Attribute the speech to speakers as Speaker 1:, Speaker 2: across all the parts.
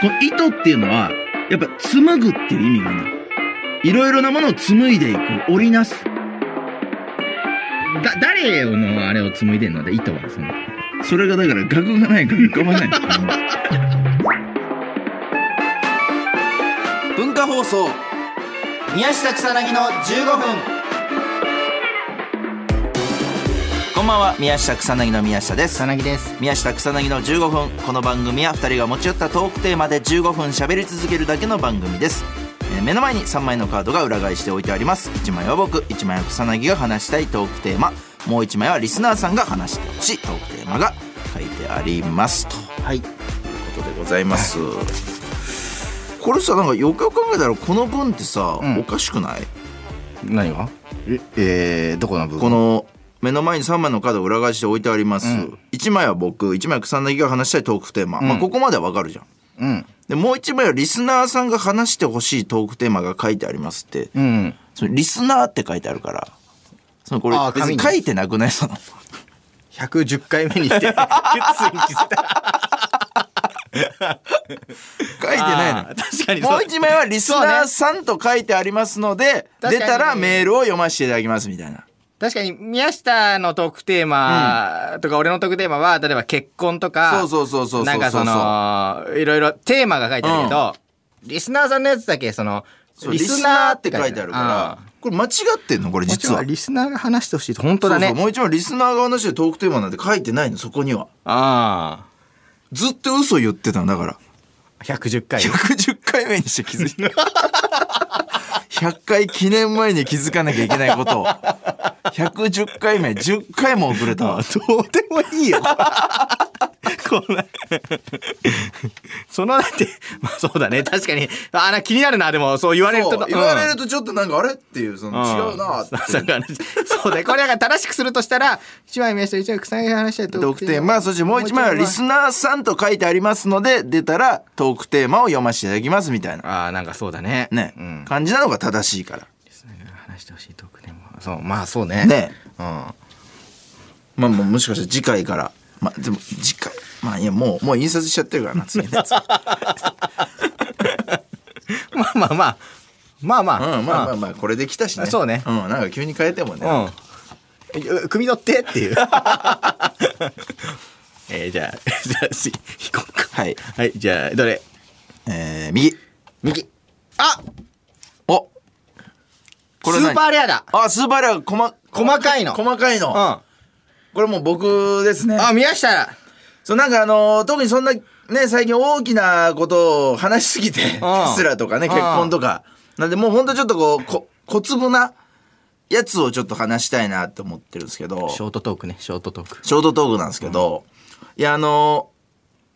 Speaker 1: この糸っていうのは、やっぱ紡ぐっていう意味があるのよいろいろなものを紡いでいく、織りなす。
Speaker 2: だ、誰のあれを紡いでんので、糸は、その。
Speaker 1: それがだから、額がないから浮かばないんですよね。
Speaker 3: 文化放送宮下草薙の15分こんばんは宮下草薙の宮下です
Speaker 2: 草薙です。
Speaker 3: 宮下草薙の15分この番組は2人が持ち寄ったトークテーマで15分喋り続けるだけの番組です、えー目の前に3枚のカードが裏返して置いてあります1枚は僕1枚は草薙が話したいトークテーマもう1枚はリスナーさんが話してほしいトークテーマが書いてありますと
Speaker 2: はい。
Speaker 3: ということでございますこれさなんかよくよく考えたらこの文ってさ、
Speaker 2: ん
Speaker 3: おかしくない
Speaker 2: 何がえ、えー、どこの部分
Speaker 3: こ、の目の前に3枚のカードを裏返して置いてあります、
Speaker 2: うん
Speaker 3: 1枚は僕1枚は草薙が話したいトークテーマ、まあここまではわかるじゃん
Speaker 2: うん。
Speaker 3: でもう1枚はリスナーさんが話してほしいトークテーマが書いてありますって、
Speaker 2: うん。
Speaker 3: そのリスナーって書いてあるからそのこれ
Speaker 2: あー
Speaker 3: 別
Speaker 2: 紙
Speaker 3: に
Speaker 2: に
Speaker 3: 書いてなくない その
Speaker 2: 110回目に して、ついに気づいた。
Speaker 3: 書いてないの
Speaker 2: あー確かに
Speaker 3: もう
Speaker 2: そう
Speaker 3: 1枚はリスナーさんと書いてありますので、
Speaker 2: そうね
Speaker 3: 出たらメールを読ませていただきますみたいな
Speaker 2: 確かに、宮下のトークテーマとか、俺のトークテーマは、例えば結婚とか、
Speaker 3: そうそうそうそうそうそう
Speaker 2: なんかその、いろいろテーマが書いてあるけど、リスナーさんのやつだけ、その、
Speaker 3: そうリスナーって書いてあるからこれ間違ってんのこれ
Speaker 2: うん
Speaker 3: 実は
Speaker 2: リスナーが話してほしいと本当だね。
Speaker 3: そうそうもう一枚リスナーが話してるトークテーマなんて書いてないのそこには
Speaker 2: あ
Speaker 3: ずっと嘘言ってたんだから
Speaker 2: あ。110回。
Speaker 3: 110回目にして気づいた 100回記念前に気づかなきゃいけないことを110回目10回も遅れた わ
Speaker 2: どうでもいいよ。こんなそのだって、 まあそうだね。確かに。あな気になるな、でも、そう言われる
Speaker 3: そ
Speaker 2: と。
Speaker 3: う言われ
Speaker 2: うん
Speaker 3: るとちょっとなんかあれっていうその違うなって
Speaker 2: ん そうだねそうねこれが正しくするとした ら一枚目と一枚草薙が話したい
Speaker 3: トークテーマそしてもう一枚はリスナーさんと書いてありますので出たらトークテーマを読ませていただきますみたいな
Speaker 2: ああなんかそうだね
Speaker 3: ね、
Speaker 2: うん、
Speaker 3: 感じなのが正しいから
Speaker 2: 話してほしいトークテーマそうまあそうね
Speaker 3: ね
Speaker 2: うん
Speaker 3: まあ、もうもしかしたら次回から。まあ、でも、次回。まあ、いや、もう、もう印刷しちゃって るからな、次のやつ。うん、ま
Speaker 2: まあまあまあまあまあ
Speaker 3: あまあまあ、これできたしね。
Speaker 2: そうね
Speaker 3: うん、なんか急に変えてもね。
Speaker 2: うんえ。組み取ってって いう。えー、じゃあ、じゃあ、次、行こうか。
Speaker 3: はい
Speaker 2: はい、じゃあ、どれ
Speaker 3: えー、右。
Speaker 2: 右。あ
Speaker 3: お
Speaker 2: スーパー
Speaker 3: レ
Speaker 2: レアだ
Speaker 3: ア。あ、スーパーレア、細、
Speaker 2: 細かいの
Speaker 3: 細かいの。これもう僕ですね
Speaker 2: うん。。あ、宮下だ
Speaker 3: そう、なんかあのー特にそんな、ね、最近大きなことを話しすぎて、テスラとかね、
Speaker 2: うん
Speaker 3: 結婚とか。なんで、もうほんとちょっとこう、こ、小粒なやつをちょっと話したいなって思ってるんですけど。
Speaker 2: ショートトークね、ショートトーク。
Speaker 3: ショートトークなんですけど、いやあの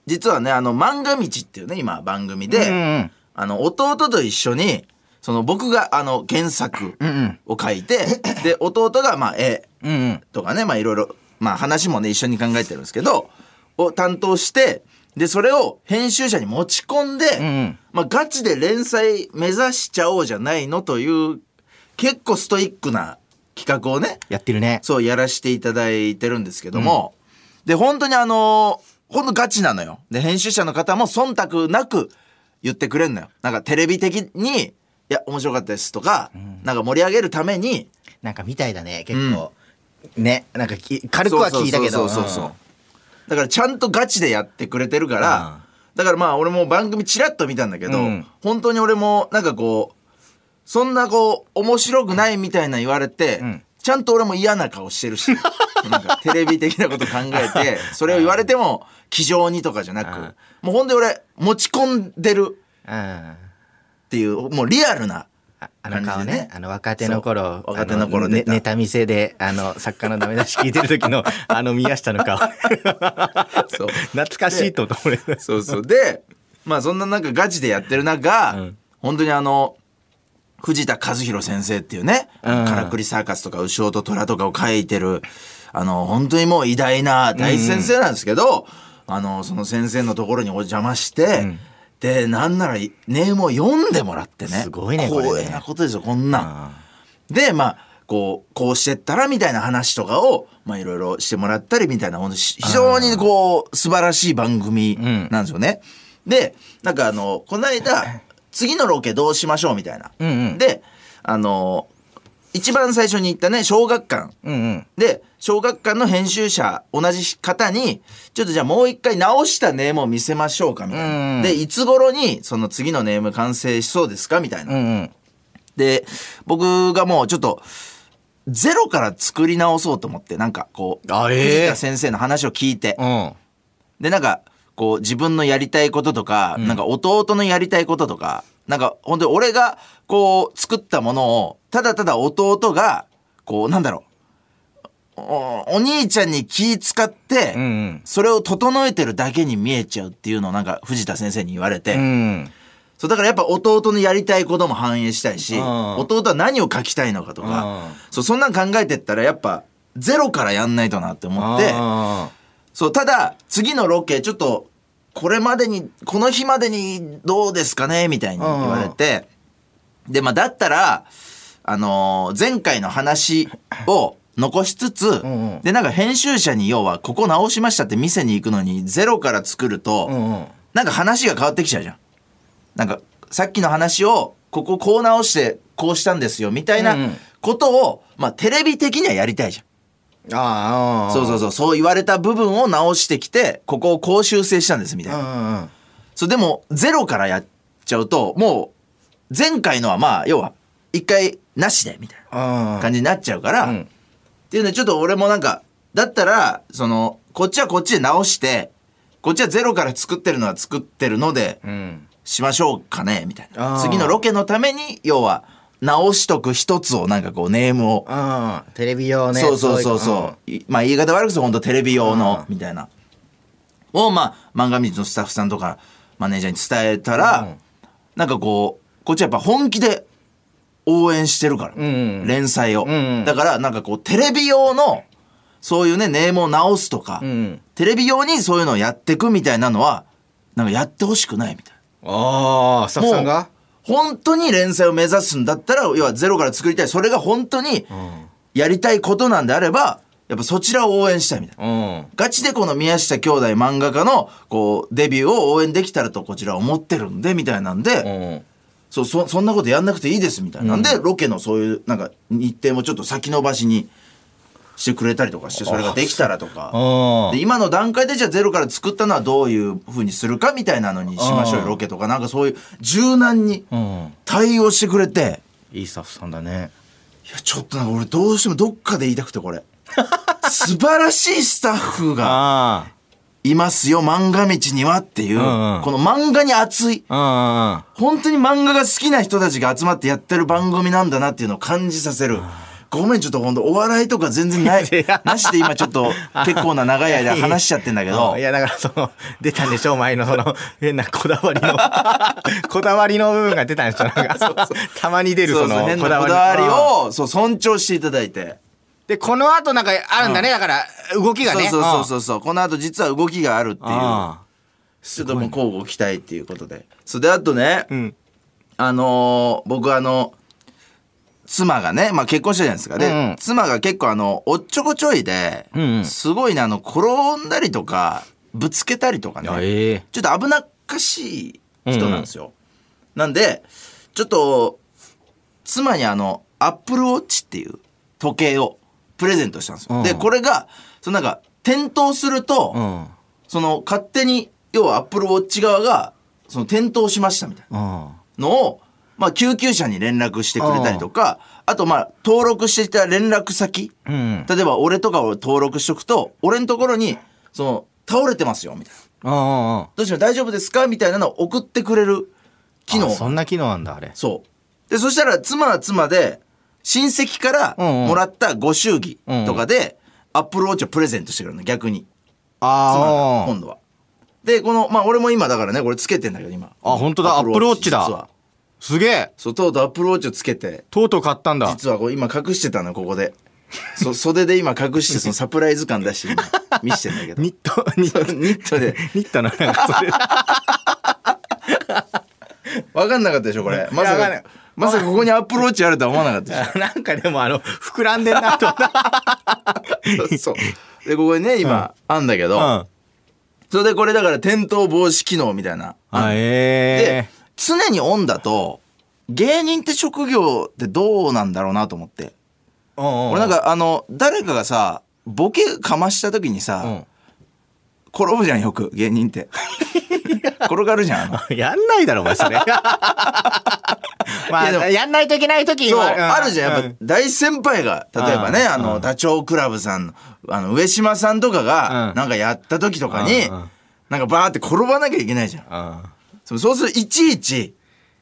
Speaker 3: 実はねあの漫画道っていうね今番組で、
Speaker 2: うん
Speaker 3: あの弟と一緒にその僕があの原作
Speaker 2: ん
Speaker 3: を書いて、 で弟がまあ絵
Speaker 2: うん。うんうん。
Speaker 3: とかねまあいろいろまあ話もね一緒に考えてるんですけどを担当してでそれを編集者に持ち込んで、
Speaker 2: ん
Speaker 3: まあ、ガチで連載目指しちゃおうじゃないのという結構ストイックな企画をね
Speaker 2: やってるね。
Speaker 3: そう、やらせていただいてるんですけども、で、本当にあのー、ほんとガチなのよ。で、編集者の方も忖度なく言ってくれんのよ。なんかテレビ的に、いや、面白かったですとか、なんか盛り上げるために、
Speaker 2: なんかみたいだね、結構。ね、なんかき軽くは聞いたけど。
Speaker 3: そうそうそうそうそうだからちゃんとガチでやってくれてるから、だからまあ俺も番組チラッと見たんだけど、
Speaker 2: うん
Speaker 3: 本当に俺もなんかこうそんなこう面白くないみたいな言われて、
Speaker 2: ん
Speaker 3: ちゃんと俺も嫌な顔してる しなんかテレビ的なこと考えてそれを言われても気丈にとかじゃなく、
Speaker 2: うん
Speaker 3: もうほんで俺持ち込んでる
Speaker 2: うん。
Speaker 3: っ
Speaker 2: あ
Speaker 3: ていうもうリアルな
Speaker 2: あの顔
Speaker 3: 感じでね
Speaker 2: ね、あの若手の頃、
Speaker 3: そう若手の頃
Speaker 2: あね
Speaker 3: 出た
Speaker 2: ネタ見せで、あの、作家のダメ出し聞いてる時の、あの宮下の顔。
Speaker 3: そう
Speaker 2: 懐かしいと思った俺。
Speaker 3: そうそう。で、まあそんななんかガチでやってる中、
Speaker 2: うん
Speaker 3: 本当にあの、藤田和弘先生っていうね、
Speaker 2: うん
Speaker 3: からくりサーカスとか、牛尾と虎とかを書いてる、あの、本当にもう偉大な大先生なんですけど、あの、その先生のところにお邪魔して、
Speaker 2: うん
Speaker 3: で、なんならネームを読んでもらってね。
Speaker 2: すごいねこれね
Speaker 3: 光栄なことですよ、こんなん。でまあこうこうしてったらみたいな話とかをまあいろいろしてもらったりみたいなほんとし非常にこう素晴らしい番組なんですよね。
Speaker 1: でなんかあのこの間次のロケどうしましょうみたいな、
Speaker 2: うんうん
Speaker 1: であの一番最初に行ったね小学館
Speaker 2: うんうん。
Speaker 1: で小学館の編集者同じ方にちょっとじゃあもう一回直したネームを見せましょうかみたいな、
Speaker 2: うん
Speaker 1: でいつ頃にその次のネーム完成しそうですかみたいな、
Speaker 2: うんうん。
Speaker 1: で僕がもうちょっとゼロから作り直そうと思ってなんかこう
Speaker 2: あええ
Speaker 1: 藤田先生の話を聞いて、
Speaker 2: うん。
Speaker 1: でなんかこう自分のやりたいこととか、なんか弟のやりたいこととかなんか本当に俺がこう作ったものをただただ弟がこうなんだろうおお兄ちゃんに気使って、
Speaker 2: うんうん。
Speaker 1: それを整えてるだけに見えちゃうっていうのをなんか藤田先生に言われて、
Speaker 2: うん。
Speaker 1: そうだからやっぱ弟のやりたいことも反映したいし、
Speaker 2: うん
Speaker 1: 弟は何を書きたいのかと
Speaker 2: うん
Speaker 1: か、そうそんなん考えてったらやっぱゼロからやんないとなって思って。
Speaker 2: あ
Speaker 1: そう、ただ、次のロケ、ちょっと、これまでに、この日までにどうですかねみたいに言われて、で、まあ、だったら、あのー前回の話を残しつつ、
Speaker 2: んうん
Speaker 1: で、なんか編集者に要は、ここ直しましたって店に行くのに、ゼロから作ると、
Speaker 2: ーうんうん。
Speaker 1: なんか話が変わってきちゃうじゃん。なんか、さっきの話を、こここう直して、こうしたんですよ、みたいな
Speaker 2: うんうん
Speaker 1: ことを、まあ、テレビ的にはやりたいじゃん。
Speaker 2: ああ。
Speaker 1: そうそう
Speaker 2: う。
Speaker 1: そう、そう言われた部分を直してきて、ここをこう修正したんですみたいうな。
Speaker 2: んうん。
Speaker 1: そう、でも、ゼロからやっちゃうと、もう、前回のはまあ、要は、一回なしで、みたい
Speaker 2: あ
Speaker 1: な感じになっちゃうから、
Speaker 2: う
Speaker 1: っ
Speaker 2: ん。
Speaker 1: ていうので、ちょっと俺もなんか、だったら、その、こっちはこっちで直して、こっちはゼロから作ってるのは作ってるので、
Speaker 2: うん。
Speaker 1: しましょうかね、みたいな。
Speaker 2: あー
Speaker 1: 次のロケのために、要は、直しとく一つを、なんかこう、ネームを
Speaker 2: ああ。テレビ用ね。
Speaker 1: そうそうそうそう、いまあ言い方悪くて本当テレビ用のみたいなをまあ漫画道のスタッフさんとかマネージャーに伝えたら、
Speaker 2: うん
Speaker 1: なんかこうこっちはやっぱ本気で応援してるから、
Speaker 2: うんうん
Speaker 1: 連載を、
Speaker 2: うんうん
Speaker 1: だからなんかこうテレビ用のそういうねネームを直すとか、
Speaker 2: うんうん。
Speaker 1: テレビ用にそういうのをやってくみたいなのはなんかやってほしくないみたいな。
Speaker 2: ああ、スタッフさんが
Speaker 1: 本当に連載を目指すんだったら要はゼロから作りたいそれが本当にやりたいことなんであればやっぱそちらを応援したいみたいな。
Speaker 2: うん。
Speaker 1: ガチでこの宮下兄弟漫画家のこうデビューを応援できたらとこちらは思ってるんでみたいなんで、
Speaker 2: ん。
Speaker 1: そうそそんなことやんなくていいですみたいなんで、ロケのそういうなんか日程もちょっと先延ばしにしてくれたりとかしてそれができたらとか
Speaker 2: あ
Speaker 1: で今の段階でじゃあゼロから作ったのはどういうふうにするかみたいなのにしましょうよ
Speaker 2: あー
Speaker 1: ロケとかなんかそういう柔軟に。
Speaker 2: あ。うん。
Speaker 1: 対応してくれて
Speaker 2: いいスタッフさんだね。
Speaker 1: いやちょっとなんか俺どうしてもどっかで言いたくて これ素晴らしいスタッフが
Speaker 2: あ
Speaker 1: いますよ漫画道にはっていう、
Speaker 2: うんうん
Speaker 1: この漫画に熱い
Speaker 2: あ。
Speaker 1: 本当に漫画が好きな人たちが集まってやってる番組なんだなっていうのを感じさせる。ごめん、ちょっと本当お笑いとか全然 ない
Speaker 2: いや、
Speaker 1: なしで今ちょっと結構な長い間話しちゃってんだけど
Speaker 2: い、やだからその出たんでしょお前のその 変なこだわりのこだわりの部分が出たんでしょなんかたまに出る
Speaker 1: そ
Speaker 2: そう
Speaker 1: そう
Speaker 2: の
Speaker 1: 変な
Speaker 2: こ
Speaker 1: こ
Speaker 2: だ
Speaker 1: だ
Speaker 2: わり
Speaker 1: わり
Speaker 2: うん
Speaker 1: を、そう、尊重していただいて。
Speaker 2: でこの後なんかあるんだねだから動きがね
Speaker 1: そうそうそうそう。この後実は動きがあるっていう。
Speaker 2: あ
Speaker 1: ちょっともう交互期待っていうことで。そうで、あとね、
Speaker 2: あうん
Speaker 1: あのー僕あの、妻がね、まあ結婚したじゃないですか。で、
Speaker 2: うんうん
Speaker 1: 妻が結構あの、おっちょこちょいで、
Speaker 2: うんうん
Speaker 1: すごいね、あの、転んだりとか、ぶつけたりとかね、
Speaker 2: ええ
Speaker 1: ちょっと危なっかしい人なんですよ。なんで、ちょっと、妻にあの、アップルウォッチっていう時計をプレゼントしたんですよ。
Speaker 2: うん
Speaker 1: で、これが、そのなんか、転倒すると、
Speaker 2: うん
Speaker 1: その勝手に要はアップルウォッチ側がその転倒しましたみたい
Speaker 2: うん
Speaker 1: なのを、まあ、救急車に連絡してくれたりとかあとまあ登録していた連絡先
Speaker 2: うん
Speaker 1: 例えば俺とかを登録しとくと俺のところにその倒れてますよみたいな
Speaker 2: うんうん
Speaker 1: どうしよう大丈夫ですかみたいなのを送ってくれる機能
Speaker 2: あそんな機能なんだあれ
Speaker 1: そうでそしたら妻は妻で親戚から
Speaker 2: うんうん
Speaker 1: もらったご祝儀とかでアップルウォッチをプレゼントしてくれるの逆に妻が
Speaker 2: あ
Speaker 1: 今度は。で、この、まあ俺も今だからね、これつけてんだけど今。
Speaker 2: あ本当だ
Speaker 1: Apple Watch
Speaker 2: Apple Watch だ
Speaker 1: 実は。
Speaker 2: すげえ
Speaker 1: そう、とうとうアップルウォッチをつけて、
Speaker 2: とうとう買ったんだ
Speaker 1: 実はこう今隠してたのよここで。そ、袖で今隠して、そのサプライズ感出して今、見してんだけ ど。
Speaker 2: ニットニッ
Speaker 1: そう
Speaker 2: ト
Speaker 1: ニットで。
Speaker 2: ニットのなんか それ
Speaker 1: わかんなかったでしょ、これ。まさ
Speaker 2: いやわかんない
Speaker 1: か、まさかここにアップルウォッチあるとは思わなかった でしょ。
Speaker 2: なんかでもあの膨らんでん なと思った
Speaker 1: そうそう。で、ここにね、今、あんだけど、
Speaker 2: うん
Speaker 3: それでこれだから転倒防止機能みたいな。
Speaker 2: あ、
Speaker 3: で
Speaker 2: ええ、
Speaker 3: 常にオンだと、芸人って職業ってどうなんだろうなと思って。俺
Speaker 2: 俺
Speaker 3: なん、かあの、誰かがさ、ボケかました時にさ、転ぶじゃんよく、芸人 って。転がるじゃん。
Speaker 2: うん。 やんないだろ、お 前、それ。 ま
Speaker 3: いやでも
Speaker 2: あ、やんないといけないとき
Speaker 3: そう、あるじゃん。やっぱ
Speaker 2: ぱ、
Speaker 3: 大先輩が、例えばね、
Speaker 2: うん
Speaker 3: あの、ダチョウ倶楽部さんの、あの、上島さんとかが
Speaker 2: う、ん
Speaker 3: なんかやった時とかに
Speaker 2: うんうん、
Speaker 3: なんかバーって転ばなきゃいけないじゃん。
Speaker 2: うん
Speaker 3: そうそうするといちいち、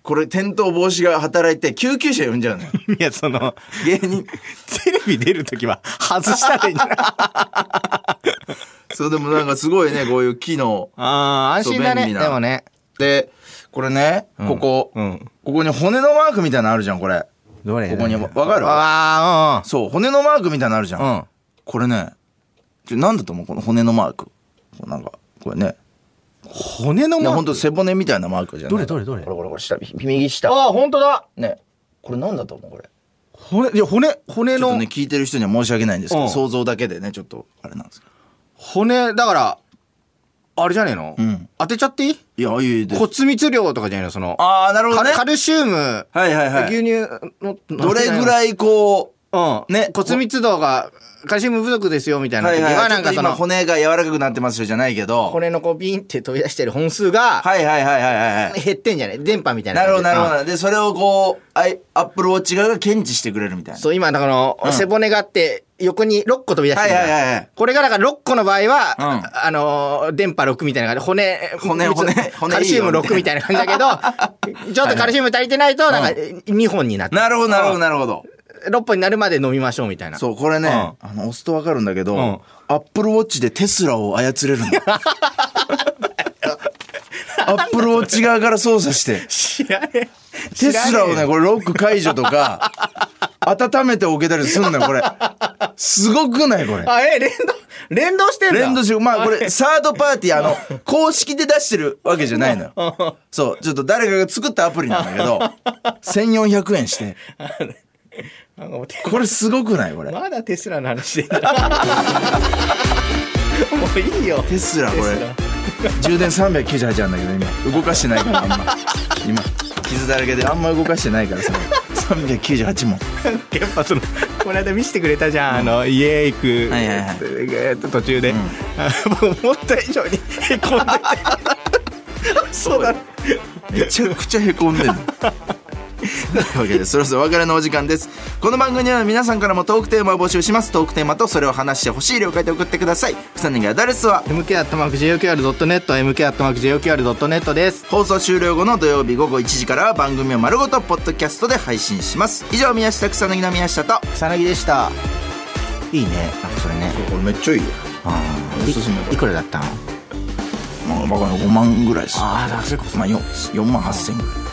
Speaker 3: これ転倒防止が働いて救急車呼んじゃう のよ。
Speaker 2: いや、その、
Speaker 3: 芸人。
Speaker 2: テレビ出るときは外したらいい んだ。
Speaker 3: そう、でもなんかすごいね、こういう機能。
Speaker 2: ああ、安心
Speaker 3: そ
Speaker 2: だ
Speaker 3: う
Speaker 2: ね。
Speaker 3: 便利な
Speaker 2: でもね。
Speaker 3: で、これね、ここ、
Speaker 2: うん。
Speaker 3: ここに骨のマークみたいなのあるじゃん、これ。
Speaker 2: どれ
Speaker 3: ここにわわかる
Speaker 2: ああ、
Speaker 3: そう、骨のマークみたいなのあるじゃん。
Speaker 2: うん。うん。
Speaker 3: これね、ちょなんだと思うこの骨のマーク。こうなんか、これね。
Speaker 2: 骨の
Speaker 3: ね、
Speaker 2: マ
Speaker 3: ほ
Speaker 2: ー
Speaker 3: ん
Speaker 2: ク。
Speaker 3: と背骨みたいなマークじゃない
Speaker 2: どれどれどれ
Speaker 3: これこれこれ下、ひ右下。
Speaker 2: ああ、本当だ。
Speaker 3: ね。これなんだと思うこれ。
Speaker 2: 骨、いや、骨、骨
Speaker 3: ちょっと
Speaker 2: の
Speaker 3: ね、、聞いてる人には申し訳ないんですけ
Speaker 2: う
Speaker 3: ど、
Speaker 2: ん
Speaker 3: 想像だけでね、ちょっと、あれなんですけど。
Speaker 2: 骨、だから、あれじゃねえの
Speaker 3: うん
Speaker 2: 当てちゃっていい
Speaker 3: いや、ああいうで。
Speaker 2: 骨密量とかじゃないのその、
Speaker 3: ああ、なるほど
Speaker 2: カ
Speaker 3: ね
Speaker 2: ル。カルシウム、
Speaker 3: はいはいは
Speaker 2: 牛
Speaker 3: い。
Speaker 2: 乳の、
Speaker 3: どれぐ
Speaker 2: い
Speaker 3: らいこ
Speaker 2: うん。
Speaker 3: ね
Speaker 2: ね。骨密度が、カルシウム不足ですよ、みた
Speaker 3: う、
Speaker 2: いな
Speaker 3: は
Speaker 2: 時
Speaker 3: いはいは
Speaker 2: は、
Speaker 3: い、
Speaker 2: な
Speaker 3: ち
Speaker 2: ん
Speaker 3: ょ
Speaker 2: か
Speaker 3: っと
Speaker 2: そ
Speaker 3: 今
Speaker 2: の、
Speaker 3: 骨が柔らかくなってますよじゃないけど。
Speaker 2: 骨のこう、ビンって飛び出してる本数が、
Speaker 3: はいはいはいはいはいはい。
Speaker 2: 減ってんじゃない電波みたいな
Speaker 3: な
Speaker 2: 感
Speaker 3: るほ
Speaker 2: じ
Speaker 3: ど
Speaker 2: で。
Speaker 3: なるほ
Speaker 2: うん
Speaker 3: ど。で、それをこう、アイアップルウォッチ側が検知してくれるみたいな。
Speaker 2: そう、今、だから、
Speaker 3: うん
Speaker 2: 背骨があって、横に6個飛び出してるじゃん
Speaker 3: はいはいはいはい
Speaker 2: これが、だから6個の場合は、
Speaker 3: うん
Speaker 2: あのー電波6みたいな感じで、骨、
Speaker 3: 骨
Speaker 2: 密度
Speaker 3: 骨骨
Speaker 2: カルシウム6みたいな感じだけ ど、ちょっとカルシウム足りてないと、なんか、2本になって。
Speaker 3: なるほどなるほどなるほど。
Speaker 2: 6本になるまで飲みましょうみたいな。
Speaker 3: そう、これね、あの、押すとわかるんだけど、
Speaker 2: うん
Speaker 3: アップルウォッチでテスラを操れる の。アップルウォッチ側から操作して、
Speaker 2: 知らねえ。
Speaker 3: テスラを
Speaker 2: 知ら
Speaker 3: ね、
Speaker 2: えよ
Speaker 3: これロック解除と か、温めておけたりすんのよ、これ。すごくないこれ。
Speaker 2: あ、え、連動、連動してんだ。
Speaker 3: 連動して、まあこれ、サードパーティー、あの、公式で出してるわけじゃないのよ。そう、ちょっと誰かが作ったアプリなんだけ ど、1400円して。
Speaker 2: なんかもうテ
Speaker 3: これすごくないこれ。
Speaker 2: まだテスラの話でいいんだ もういいよ。
Speaker 3: テスラこれ
Speaker 2: テスラ
Speaker 3: 充電398あるんだけど今動かしてないからあんま今傷だらけであんま動かしてないからさ398も
Speaker 2: やっぱそのこの間見せてくれたじゃん、あの家行く、
Speaker 3: はいはいはい
Speaker 2: えーっと途中で、あもう思った以上にへこんでてそうだ
Speaker 3: めちゃくちゃへこんでるというわけでそろそろお別れのお時間ですこの番組では皆さんからもトークテーマを募集しますトークテーマとそれを話してほしい了解で送ってください草薙アダレスは
Speaker 2: mk.jqr.net mk.jqr.net です
Speaker 3: 放送終了後の土曜日午後1時からは番組を丸ごとポッドキャストで配信します以上宮下草薙の宮下と
Speaker 2: 草薙でした
Speaker 3: いいねなんかそれねこれめっちゃいいよおすすめ
Speaker 2: いくらだったの
Speaker 3: まあ、バカな5万ぐらいです
Speaker 2: ああだからそれこそ
Speaker 3: まあ、4, 4万8000円ぐらい